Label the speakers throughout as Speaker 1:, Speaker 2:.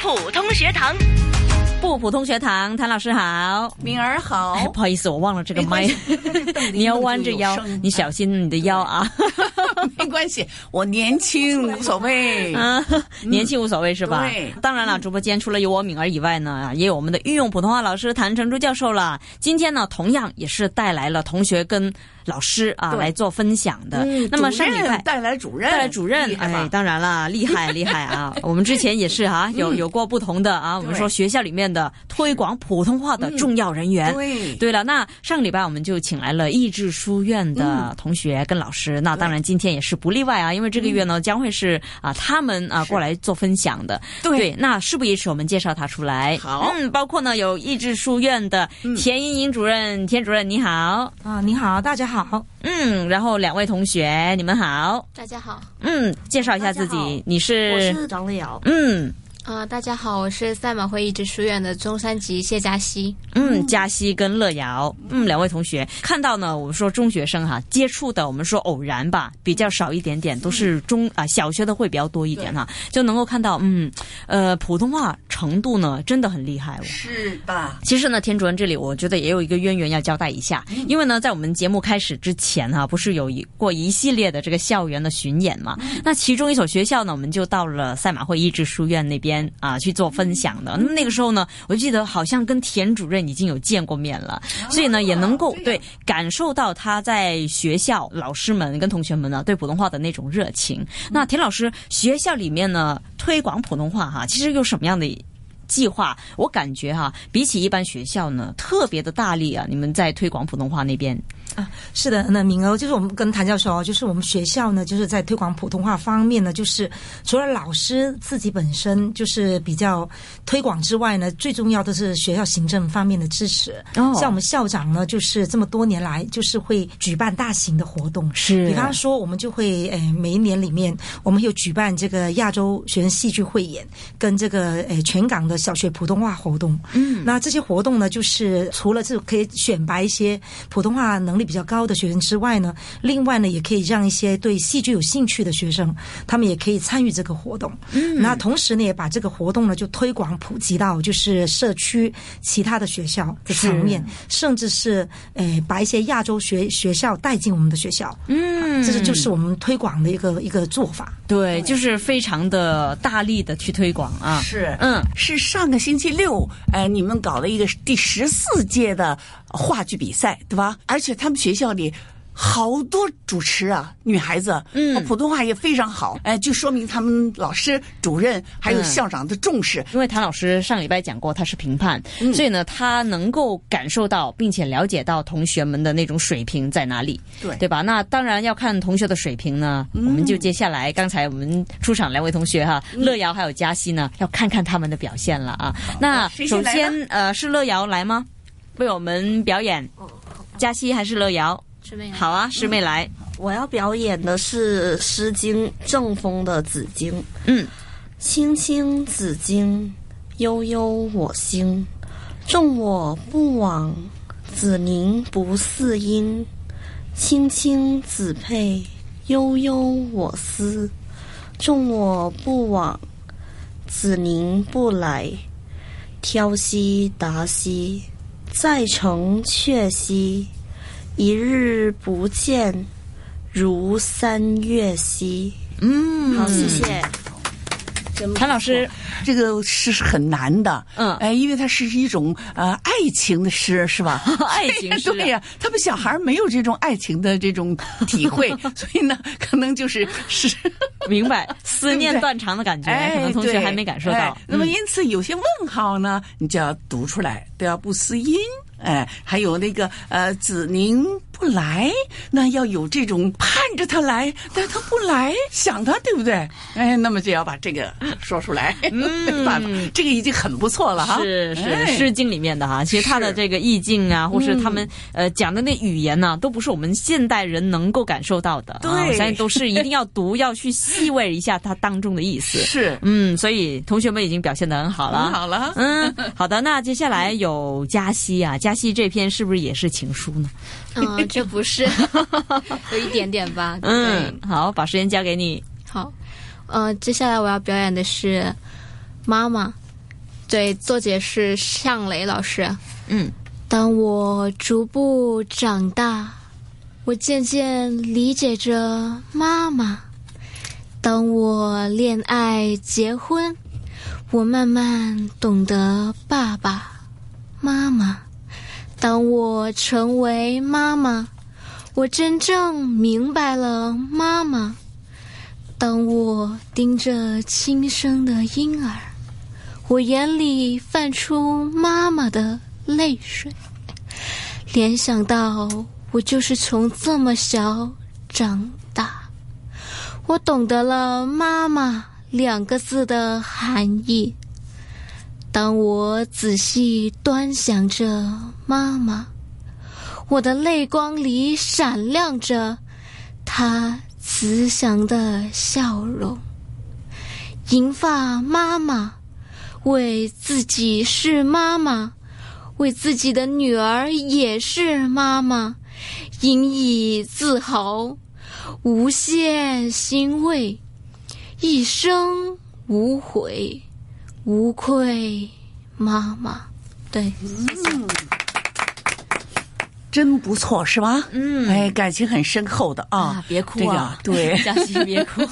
Speaker 1: 普通学堂。
Speaker 2: 不普通学堂，谭老师好。
Speaker 3: 敏儿好，
Speaker 2: 哎，不好意思，我忘了这个
Speaker 3: 哦没关
Speaker 2: 麦
Speaker 3: 系，
Speaker 2: 你要弯着腰，你小心你的腰啊。
Speaker 3: 没关系，我年轻 无所谓。
Speaker 2: 啊，年轻无所谓是吧？
Speaker 3: 嗯对嗯
Speaker 2: 当然了，直播间除了有我敏儿以外呢，也有我们的御用普通话老师谭成珠教授了。今天呢，同样也是带来了同学跟老师啊
Speaker 3: 对嗯
Speaker 2: 来做分享的。那么上
Speaker 3: 主
Speaker 2: 礼
Speaker 3: 任
Speaker 2: 拜。
Speaker 3: 带来主任，
Speaker 2: 带来主任
Speaker 3: 厉，害吧
Speaker 2: 哎，当然啦，厉害厉害啊！我们之前也是啊，
Speaker 3: 嗯
Speaker 2: 有有过不同的啊，我们说学校里面的推广普通话的重要人员。
Speaker 3: 嗯对
Speaker 2: 哎对了，那上礼拜我们就请来了益智书院
Speaker 3: 嗯
Speaker 2: 的同学跟老师，那当然今天也是不例外啊，因为这个月呢将会是啊他们啊过来做分享的。
Speaker 3: 对
Speaker 2: 那事不宜迟，我们介绍他出来。
Speaker 3: 好嗯
Speaker 2: 嗯，包括呢有益智书院的田莹莹主任，田主任你好，
Speaker 4: 啊，你好，大家好，
Speaker 2: 嗯，然后两位同学你们好，
Speaker 5: 大家好，
Speaker 2: 嗯，介绍一下自
Speaker 4: 大家
Speaker 2: 己
Speaker 4: 好，
Speaker 2: 你
Speaker 4: 我
Speaker 2: 是
Speaker 4: 是张丽瑶。
Speaker 2: 嗯
Speaker 5: 啊、大家好，我是赛马会益智书院的中山籍谢佳熙。
Speaker 2: 嗯，嘉熙跟乐瑶，嗯，两位同学看到呢，我们说中学生哈、接触的，我们说偶然吧，比较少一点点，都是中啊、小学的会比较多一点哈、就能够看到，嗯，呃，普通话程度呢真的很厉害哦。
Speaker 3: 是吧？
Speaker 2: 其实呢，田主任这里我觉得也有一个渊源要交代一下，因为呢，在我们节目开始之前啊哈、不是有一过一系列的这个校园的巡演嘛？那其中一所学校呢，我们就到了赛马会益智书院那边啊去做分享的。那么那个时候呢，我记得好像跟田主任已经有见过面了，所以呢，也能够
Speaker 3: 这
Speaker 2: 对感受到他在学校老师们跟同学们呢对普通话的那种热情。那田老师，学校里面呢推广普通话哈、其实有什么样的计划，我感觉哈、比起一般学校呢，特别的大力啊！你们在推广普通话那边，
Speaker 4: 是的，那明儿就是我们跟谭教授哦，就是我们学校呢，就是在推广普通话方面呢，就是除了老师自己本身就是比较推广之外呢，最重要的是学校行政方面的支持。
Speaker 2: 哦
Speaker 4: 像我们校长呢，就是这么多年来，就是会举办大型的活动，
Speaker 2: 是
Speaker 4: 比方说我们就会诶、呃每一年里面我们有举办这个亚洲学生戏剧汇演跟这个诶、呃全港的小学普通话活动，嗯，那这些活动呢，就是除了是可以选拔一些普通话能力比较高的学生之外呢，另外呢也可以让一些对戏剧有兴趣的学生，他们也可以参与这个活动，嗯，那同时呢也把这个活动呢就推广普及到就是社区其他的学校的层面，甚至是诶、呃把一些亚洲学学校带进我们的学校，
Speaker 2: 嗯
Speaker 4: 这是就是我们推广的一个一个做法。
Speaker 2: 对，就是非常的大力的去推广啊。
Speaker 3: 是，
Speaker 2: 嗯，
Speaker 3: 是上个星期六，呃，你们搞了一个第十四届的话剧比赛，对吧？而且他们学校里。好多主持啊，女孩子，嗯，普通话也非常好，哎、就说明他们老师、主任还有
Speaker 2: 嗯
Speaker 3: 校长的重视，
Speaker 2: 因为谭老师上礼拜讲过他是评判，
Speaker 3: 嗯
Speaker 2: 所以呢，他能够感受到并且了解到同学们的那种水平在哪里，
Speaker 3: 对嗯
Speaker 2: 对吧？那当然要看同学的水平呢。我们就接下来刚才我们出场两位同学哈，乐瑶还有嘉熙呢，要看看他们的表现了啊。那
Speaker 3: 谁
Speaker 2: 首
Speaker 3: 先来
Speaker 2: 先呃，是乐瑶来吗？为我们表演，
Speaker 3: 哦
Speaker 2: 嘉熙还是乐瑶？
Speaker 5: 师妹
Speaker 2: 好，
Speaker 3: 嗯
Speaker 2: 啊，师妹来，
Speaker 6: 我要表演的是《诗经·正风》的《子衿》。
Speaker 2: 嗯，
Speaker 6: 青青子衿，悠悠我心。众我不往，子宁不嗣音。青青子佩，悠悠我思。众我不往，子宁不来。挑兮达兮，在城阙兮。一日不见，如三月兮。嗯，好，谢谢。
Speaker 2: 谭老师，
Speaker 3: 这个诗是很难的，
Speaker 2: 嗯
Speaker 3: 哎，因为它是一种呃爱情的诗，是吧？
Speaker 2: 爱情诗啊
Speaker 3: 对呀、他们小孩儿没有这种爱情的这种体 会，所以呢，可能就是是，
Speaker 2: 明白思念
Speaker 3: 对
Speaker 2: 断肠的感觉，
Speaker 3: 哎，
Speaker 2: 可能同学
Speaker 3: 对
Speaker 2: 还没感受
Speaker 3: 哎
Speaker 2: 到。
Speaker 3: 那么
Speaker 2: 嗯
Speaker 3: 因此有些问号呢，你就要读出来，都要不思音。哎，还有那个呃，子宁不来，那要有这种盼着他来，但他不来，想他，对不对？哎，那么就要把这个说出 来，没办法，这个已经很不错了哈。
Speaker 2: 嗯是是
Speaker 3: 哎
Speaker 2: 《诗经》里面的哈，其实它的
Speaker 3: 是
Speaker 2: 这个意境啊，或是他们呃讲的那语言呢，都不是我们现代人能够感受到的啊。
Speaker 3: 对
Speaker 2: 我相信都是一定要读，要去细味一下它当中的意思。
Speaker 3: 是，
Speaker 2: 嗯，所以同学们已经表现得很好了，
Speaker 3: 很好了
Speaker 2: 嗯，好的，那接下来有嘉熙 啊，嘉熙这篇是不是也是情书呢？
Speaker 5: 嗯、这不是 有一点点吧？对
Speaker 2: 嗯，，好，把时间交给你。
Speaker 5: 好，呃，接下来我要表演的是《妈妈》对，作者是向磊老师。
Speaker 2: 嗯，
Speaker 5: 当我逐步长大，我渐渐理解着妈妈；当我恋爱结婚，我慢慢懂得爸爸、妈妈；当我成为妈妈，我真正明白了妈妈；当我盯着亲生的婴儿。我眼里泛出妈妈的泪水，联想到我就是从这么小长大，我懂得了“妈妈”两个字的含义。当我仔细端详着妈妈，我的泪光里闪亮着她慈祥的笑容，银发妈妈。为自己是妈妈，为自己的女儿也是妈妈，引以自豪，无限欣慰，一生无悔，无愧妈妈。对，
Speaker 3: 真不错，是吧？
Speaker 2: 嗯
Speaker 3: 哎，感情很深厚的啊
Speaker 2: 啊，，别哭
Speaker 3: 这个
Speaker 2: 啊！，
Speaker 3: 对
Speaker 2: 嘉欣别哭。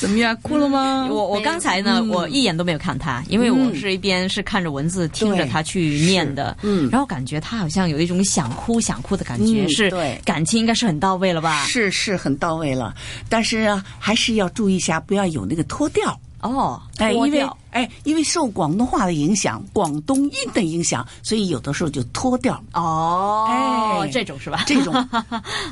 Speaker 3: 怎么样？哭了吗？
Speaker 2: 我我刚才呢，我一眼都没有看他，因为我是一边是看着文字，听着他去念的，
Speaker 3: 嗯
Speaker 2: 然后感觉他好像有一种想哭想哭的感觉，
Speaker 3: 嗯
Speaker 2: 是
Speaker 3: 对
Speaker 2: 感情应该是很到位了吧？
Speaker 3: 是是很到位了，但是啊，还是要注意一下，不要有那个脱调。
Speaker 2: 哦，
Speaker 3: 哎，
Speaker 2: 脱
Speaker 3: 因为
Speaker 2: 掉
Speaker 3: 哎，因为受广东话的影响、广东音的影响，所以有的时候就脱 调
Speaker 2: 哦，
Speaker 3: 哎
Speaker 2: 这种是 吧？
Speaker 3: 这种，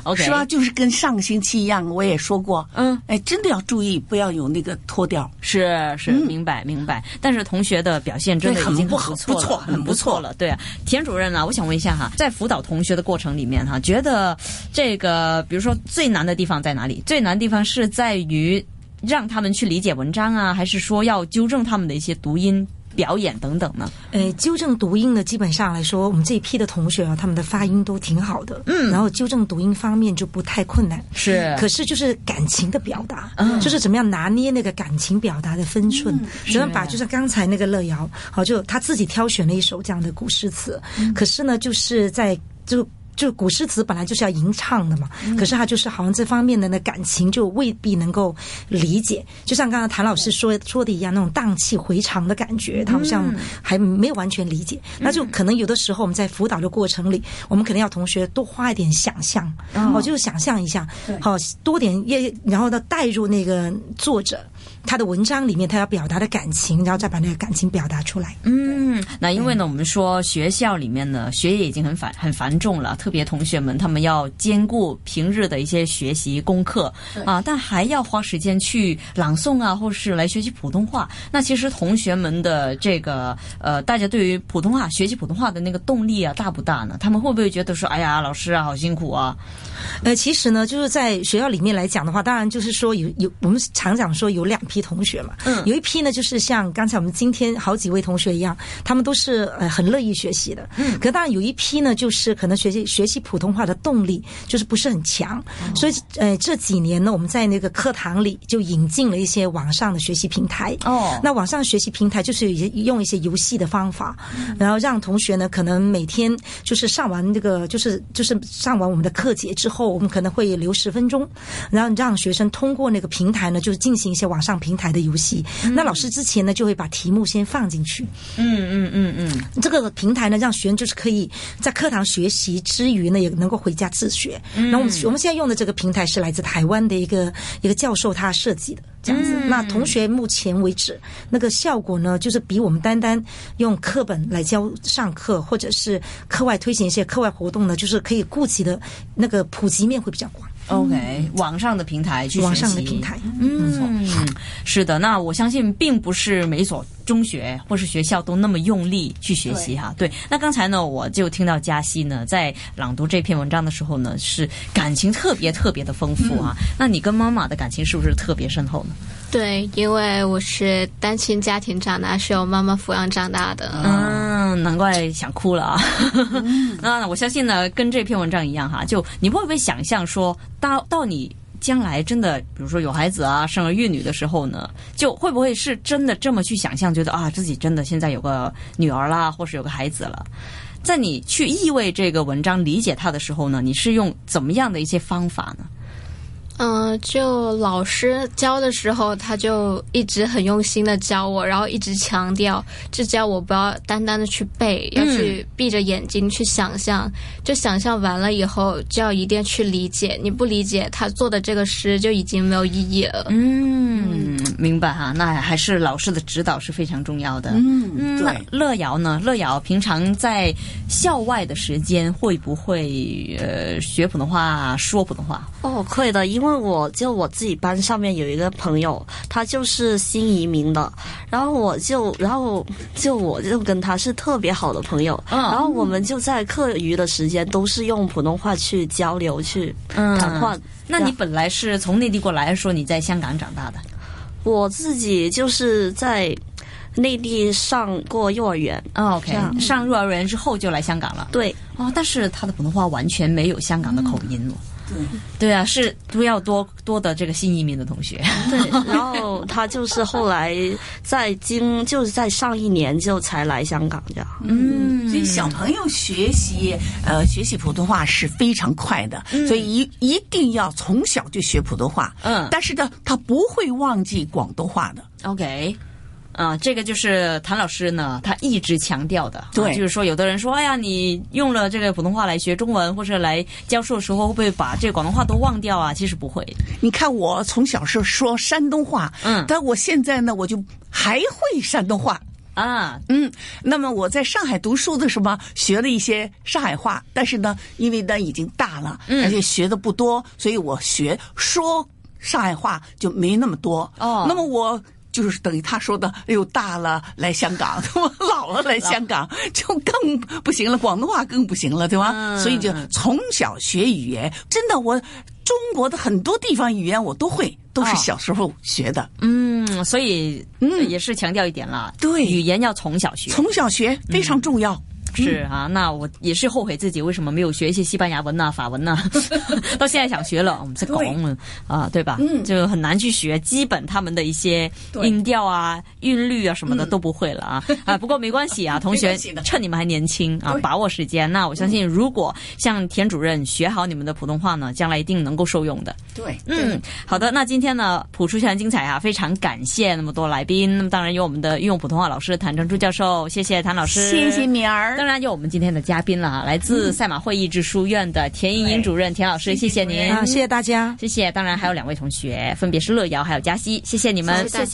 Speaker 2: OK，
Speaker 3: 是吧？？就是跟上个星期一样，我也说过，
Speaker 2: 嗯，
Speaker 3: 哎，真的要注意，不要有那个脱调。
Speaker 2: 是是，明白明白。但是同学的表现真的
Speaker 3: 嗯对
Speaker 2: 已
Speaker 3: 很
Speaker 2: 经
Speaker 3: 不好
Speaker 2: 不错
Speaker 3: 不错
Speaker 2: 了，很
Speaker 3: 很不
Speaker 2: 错
Speaker 3: 错
Speaker 2: 了。对啊，田主任啊，我想问一下哈，在辅导同学的过程里面哈，觉得这个比如说最难的地方在哪里？最难的地方是在于让他们去理解文章啊，还是说要纠正他们的一些读音？表演等等呢？
Speaker 4: 呃，纠正读音呢，基本上来说，我们这一批的同学啊，他们的发音都挺好的，嗯，然后纠正读音方面就不太困难，
Speaker 2: 是
Speaker 4: 可是就是感情的表达，嗯，就是怎么样拿捏那个感情表达的分寸，怎么样把就是刚才那个乐瑶，好，就他自己挑选了一首这样的古诗词，可是呢，就是在就。就古诗词本来就是要吟唱的嘛，可是他就是好像这方面的那感情就未必能够理解。就像刚才谭老师说说的一样，那种荡气回肠的感觉，他好像还没有完全理解。那就可能有的时候我们在辅导的过程里，我们可能要同学多花一点想象，哦，就是想象一下，好多点也，然后呢带入那个作者他的文章里面他要表达的感情，然后再把那个感情表达出来。
Speaker 2: 嗯，那因为呢，我们说学校里面呢，学业已经很繁很繁重了，特别同学们他们要兼顾平日的一些学习功课啊，但还要花时间去朗诵啊，或是来学习普通话。那其实同学们的这个呃，大家对于普通话学习普通话的那个动力啊，大不大呢？他们会不会觉得说，哎呀，老师啊，好辛苦啊？
Speaker 4: 呃，其实呢，就是在学校里面来讲的话，当然就是说有有我们常讲说有两批同学嘛，
Speaker 2: 嗯
Speaker 4: 有一批呢就是像刚才我们今天好几位同学一样，他们都是呃很乐意学习的，嗯，可当然有一批呢就是可能学习学习普通话的动力就是不是很强，
Speaker 2: 哦
Speaker 4: 所以呃这几年呢，我们在那个课堂里就引进了一些网上的学习平台，
Speaker 2: 哦
Speaker 4: 那网上学习平台就是有一用一些游戏的方法，然后让同学呢可能每天就是上完这个就是就是上完我们的课节之后，我们可能会留十分钟，然后让学生通过那个平台呢，就是进行一些网上平台的游戏。那老师之前呢就会把题目先放进去，
Speaker 2: 嗯嗯嗯嗯，
Speaker 4: 这个平台呢，让学生就是可以在课堂学习之余呢，也能够回家自学。然后我们我们现在用的这个平台是来自台湾的一个一个教授他设计的，这样子。那同学目前为止，那个效果呢，就是比我们单单用课本来教上课，或者是课外推行一些课外活动呢，就是可以顾及的那个普及面会比较广。
Speaker 2: OK，网嗯上的平台去
Speaker 4: 网
Speaker 2: 学
Speaker 4: 上的
Speaker 2: 习
Speaker 4: 平台，
Speaker 2: 嗯，是的，那我相信并不是每所中学或是学校都那么用力去学习哈。对，那刚才呢，我就听到嘉熙呢在朗读这篇文章的时候呢，是感情特别特别的丰富啊。那你跟妈妈的感情是不是特别深厚呢？
Speaker 5: 对，因为我是单亲家庭长大，是由妈妈抚养长大的。
Speaker 2: 嗯，难怪想哭了啊。 那我相信呢，跟这篇文章一样哈，就你会不会想象说，到到你将来真的，比如说有孩子啊、生儿育女的时候呢，就会不会是真的这么去想象，觉得啊自己真的现在有个女儿啦，或是有个孩子了？在你去意味这个文章、理解它的时候呢，你是用怎么样的一些方法呢？
Speaker 5: 嗯、就老师教的时候，他就一直很用心的教我，然后一直强调，就教我不要单单的去背，要去闭着眼睛去想象，就想象完了以后，就要一定去理解，你不理解他做的这个诗就已经没有意义了。
Speaker 2: 嗯，明白哈、那还是老师的指导是非常重要的。
Speaker 3: 嗯，
Speaker 2: 那
Speaker 3: 对，
Speaker 2: 乐瑶呢？乐瑶平常在校外的时间会不会呃学普通话、说普通话？
Speaker 6: 哦，会的，因为我就我自己班上面有一个朋友，他就是新移民的，然后我就，然后就我就跟他是特别好的朋友，
Speaker 2: 嗯
Speaker 6: 然后我们就在课余的时间都是用普通话去交流去谈话。
Speaker 2: 那你本来是从内地过来，说你在香港长大的，
Speaker 6: 我自己就是在内地上过幼儿园，
Speaker 2: 哦，OK，
Speaker 6: 这样
Speaker 2: 上幼儿园之后就来香港了。
Speaker 6: 对，
Speaker 2: 哦，但是他的普通话完全没有香港的口音哦。对啊，是都要多多的这个新移民的同 学。
Speaker 6: 对，然后他就是后来在今就是在上一年就才来香港这样。
Speaker 2: 嗯
Speaker 3: 所以小朋友学习呃学习普通话是非常快的，所以一一定要从小就学普通话。
Speaker 2: 嗯
Speaker 3: 但是呢，他不会忘记广东话的。
Speaker 2: OK。啊、这个就是谭老师呢，他一直强调的，
Speaker 3: 对
Speaker 2: 啊就是说，有的人说，哎呀，你用了这个普通话来学中文或者来教授的时候，会不会把这个广东话都忘掉啊？其实不会，
Speaker 3: 你看我从小是说山东话，
Speaker 2: 嗯
Speaker 3: 但我现在呢，我就还会山东话。
Speaker 2: 啊，
Speaker 3: 嗯，那么我在上海读书的时候嘛学了一些上海话，但是呢，因为呢已经大了，
Speaker 2: 嗯
Speaker 3: 而且学的不多，所以我学说上海话就没那么多。
Speaker 2: 哦
Speaker 3: 那么我。就是等于他说的，哎呦，大了来香港， 我老了来香港，就更不行了，广东话更不行了，对吧？
Speaker 2: 嗯
Speaker 3: 所以就从小学语言，真的，我中国的很多地方语言我都会，都是
Speaker 2: 哦
Speaker 3: 小时候学的。
Speaker 2: 嗯，所以
Speaker 3: 嗯
Speaker 2: 也是强调一点啦，
Speaker 3: 对
Speaker 2: 语言要从小学，
Speaker 3: 从小学非常重要。
Speaker 2: 嗯
Speaker 3: 嗯
Speaker 2: 是啊，那我也是后悔自己为什么没有学一些西班牙文呐、法文呐、到现在想学了，我们在讲了啊，对吧？
Speaker 3: 嗯
Speaker 2: 就很难去学基本他们的一些
Speaker 3: 对嗯
Speaker 2: 音调啊、韵律啊什么的都不会了啊、啊！不过没关系啊，同
Speaker 3: 没
Speaker 2: 学
Speaker 3: 关系的，嗯
Speaker 2: 趁你们还年轻啊，把握时间。那我相信，如果像田主任学好你们的普通话呢，将来一定能够受用的。
Speaker 3: 对，
Speaker 2: 嗯，好的，那今天呢，普出全精彩啊，非常感谢那么多来宾，那么当然有我们的御用普通话老师谭成珠教授，谢谢谭老师，
Speaker 3: 谢谢敏儿。
Speaker 2: 当然有我们今天的嘉宾了啊，来自赛马会议制书院的田莹莹主任，田老师，谢谢您，
Speaker 4: 啊，谢谢大家。
Speaker 2: 谢谢。当然还有两位同学，分别是乐瑶还有佳熙，谢谢你们，
Speaker 5: 谢谢大家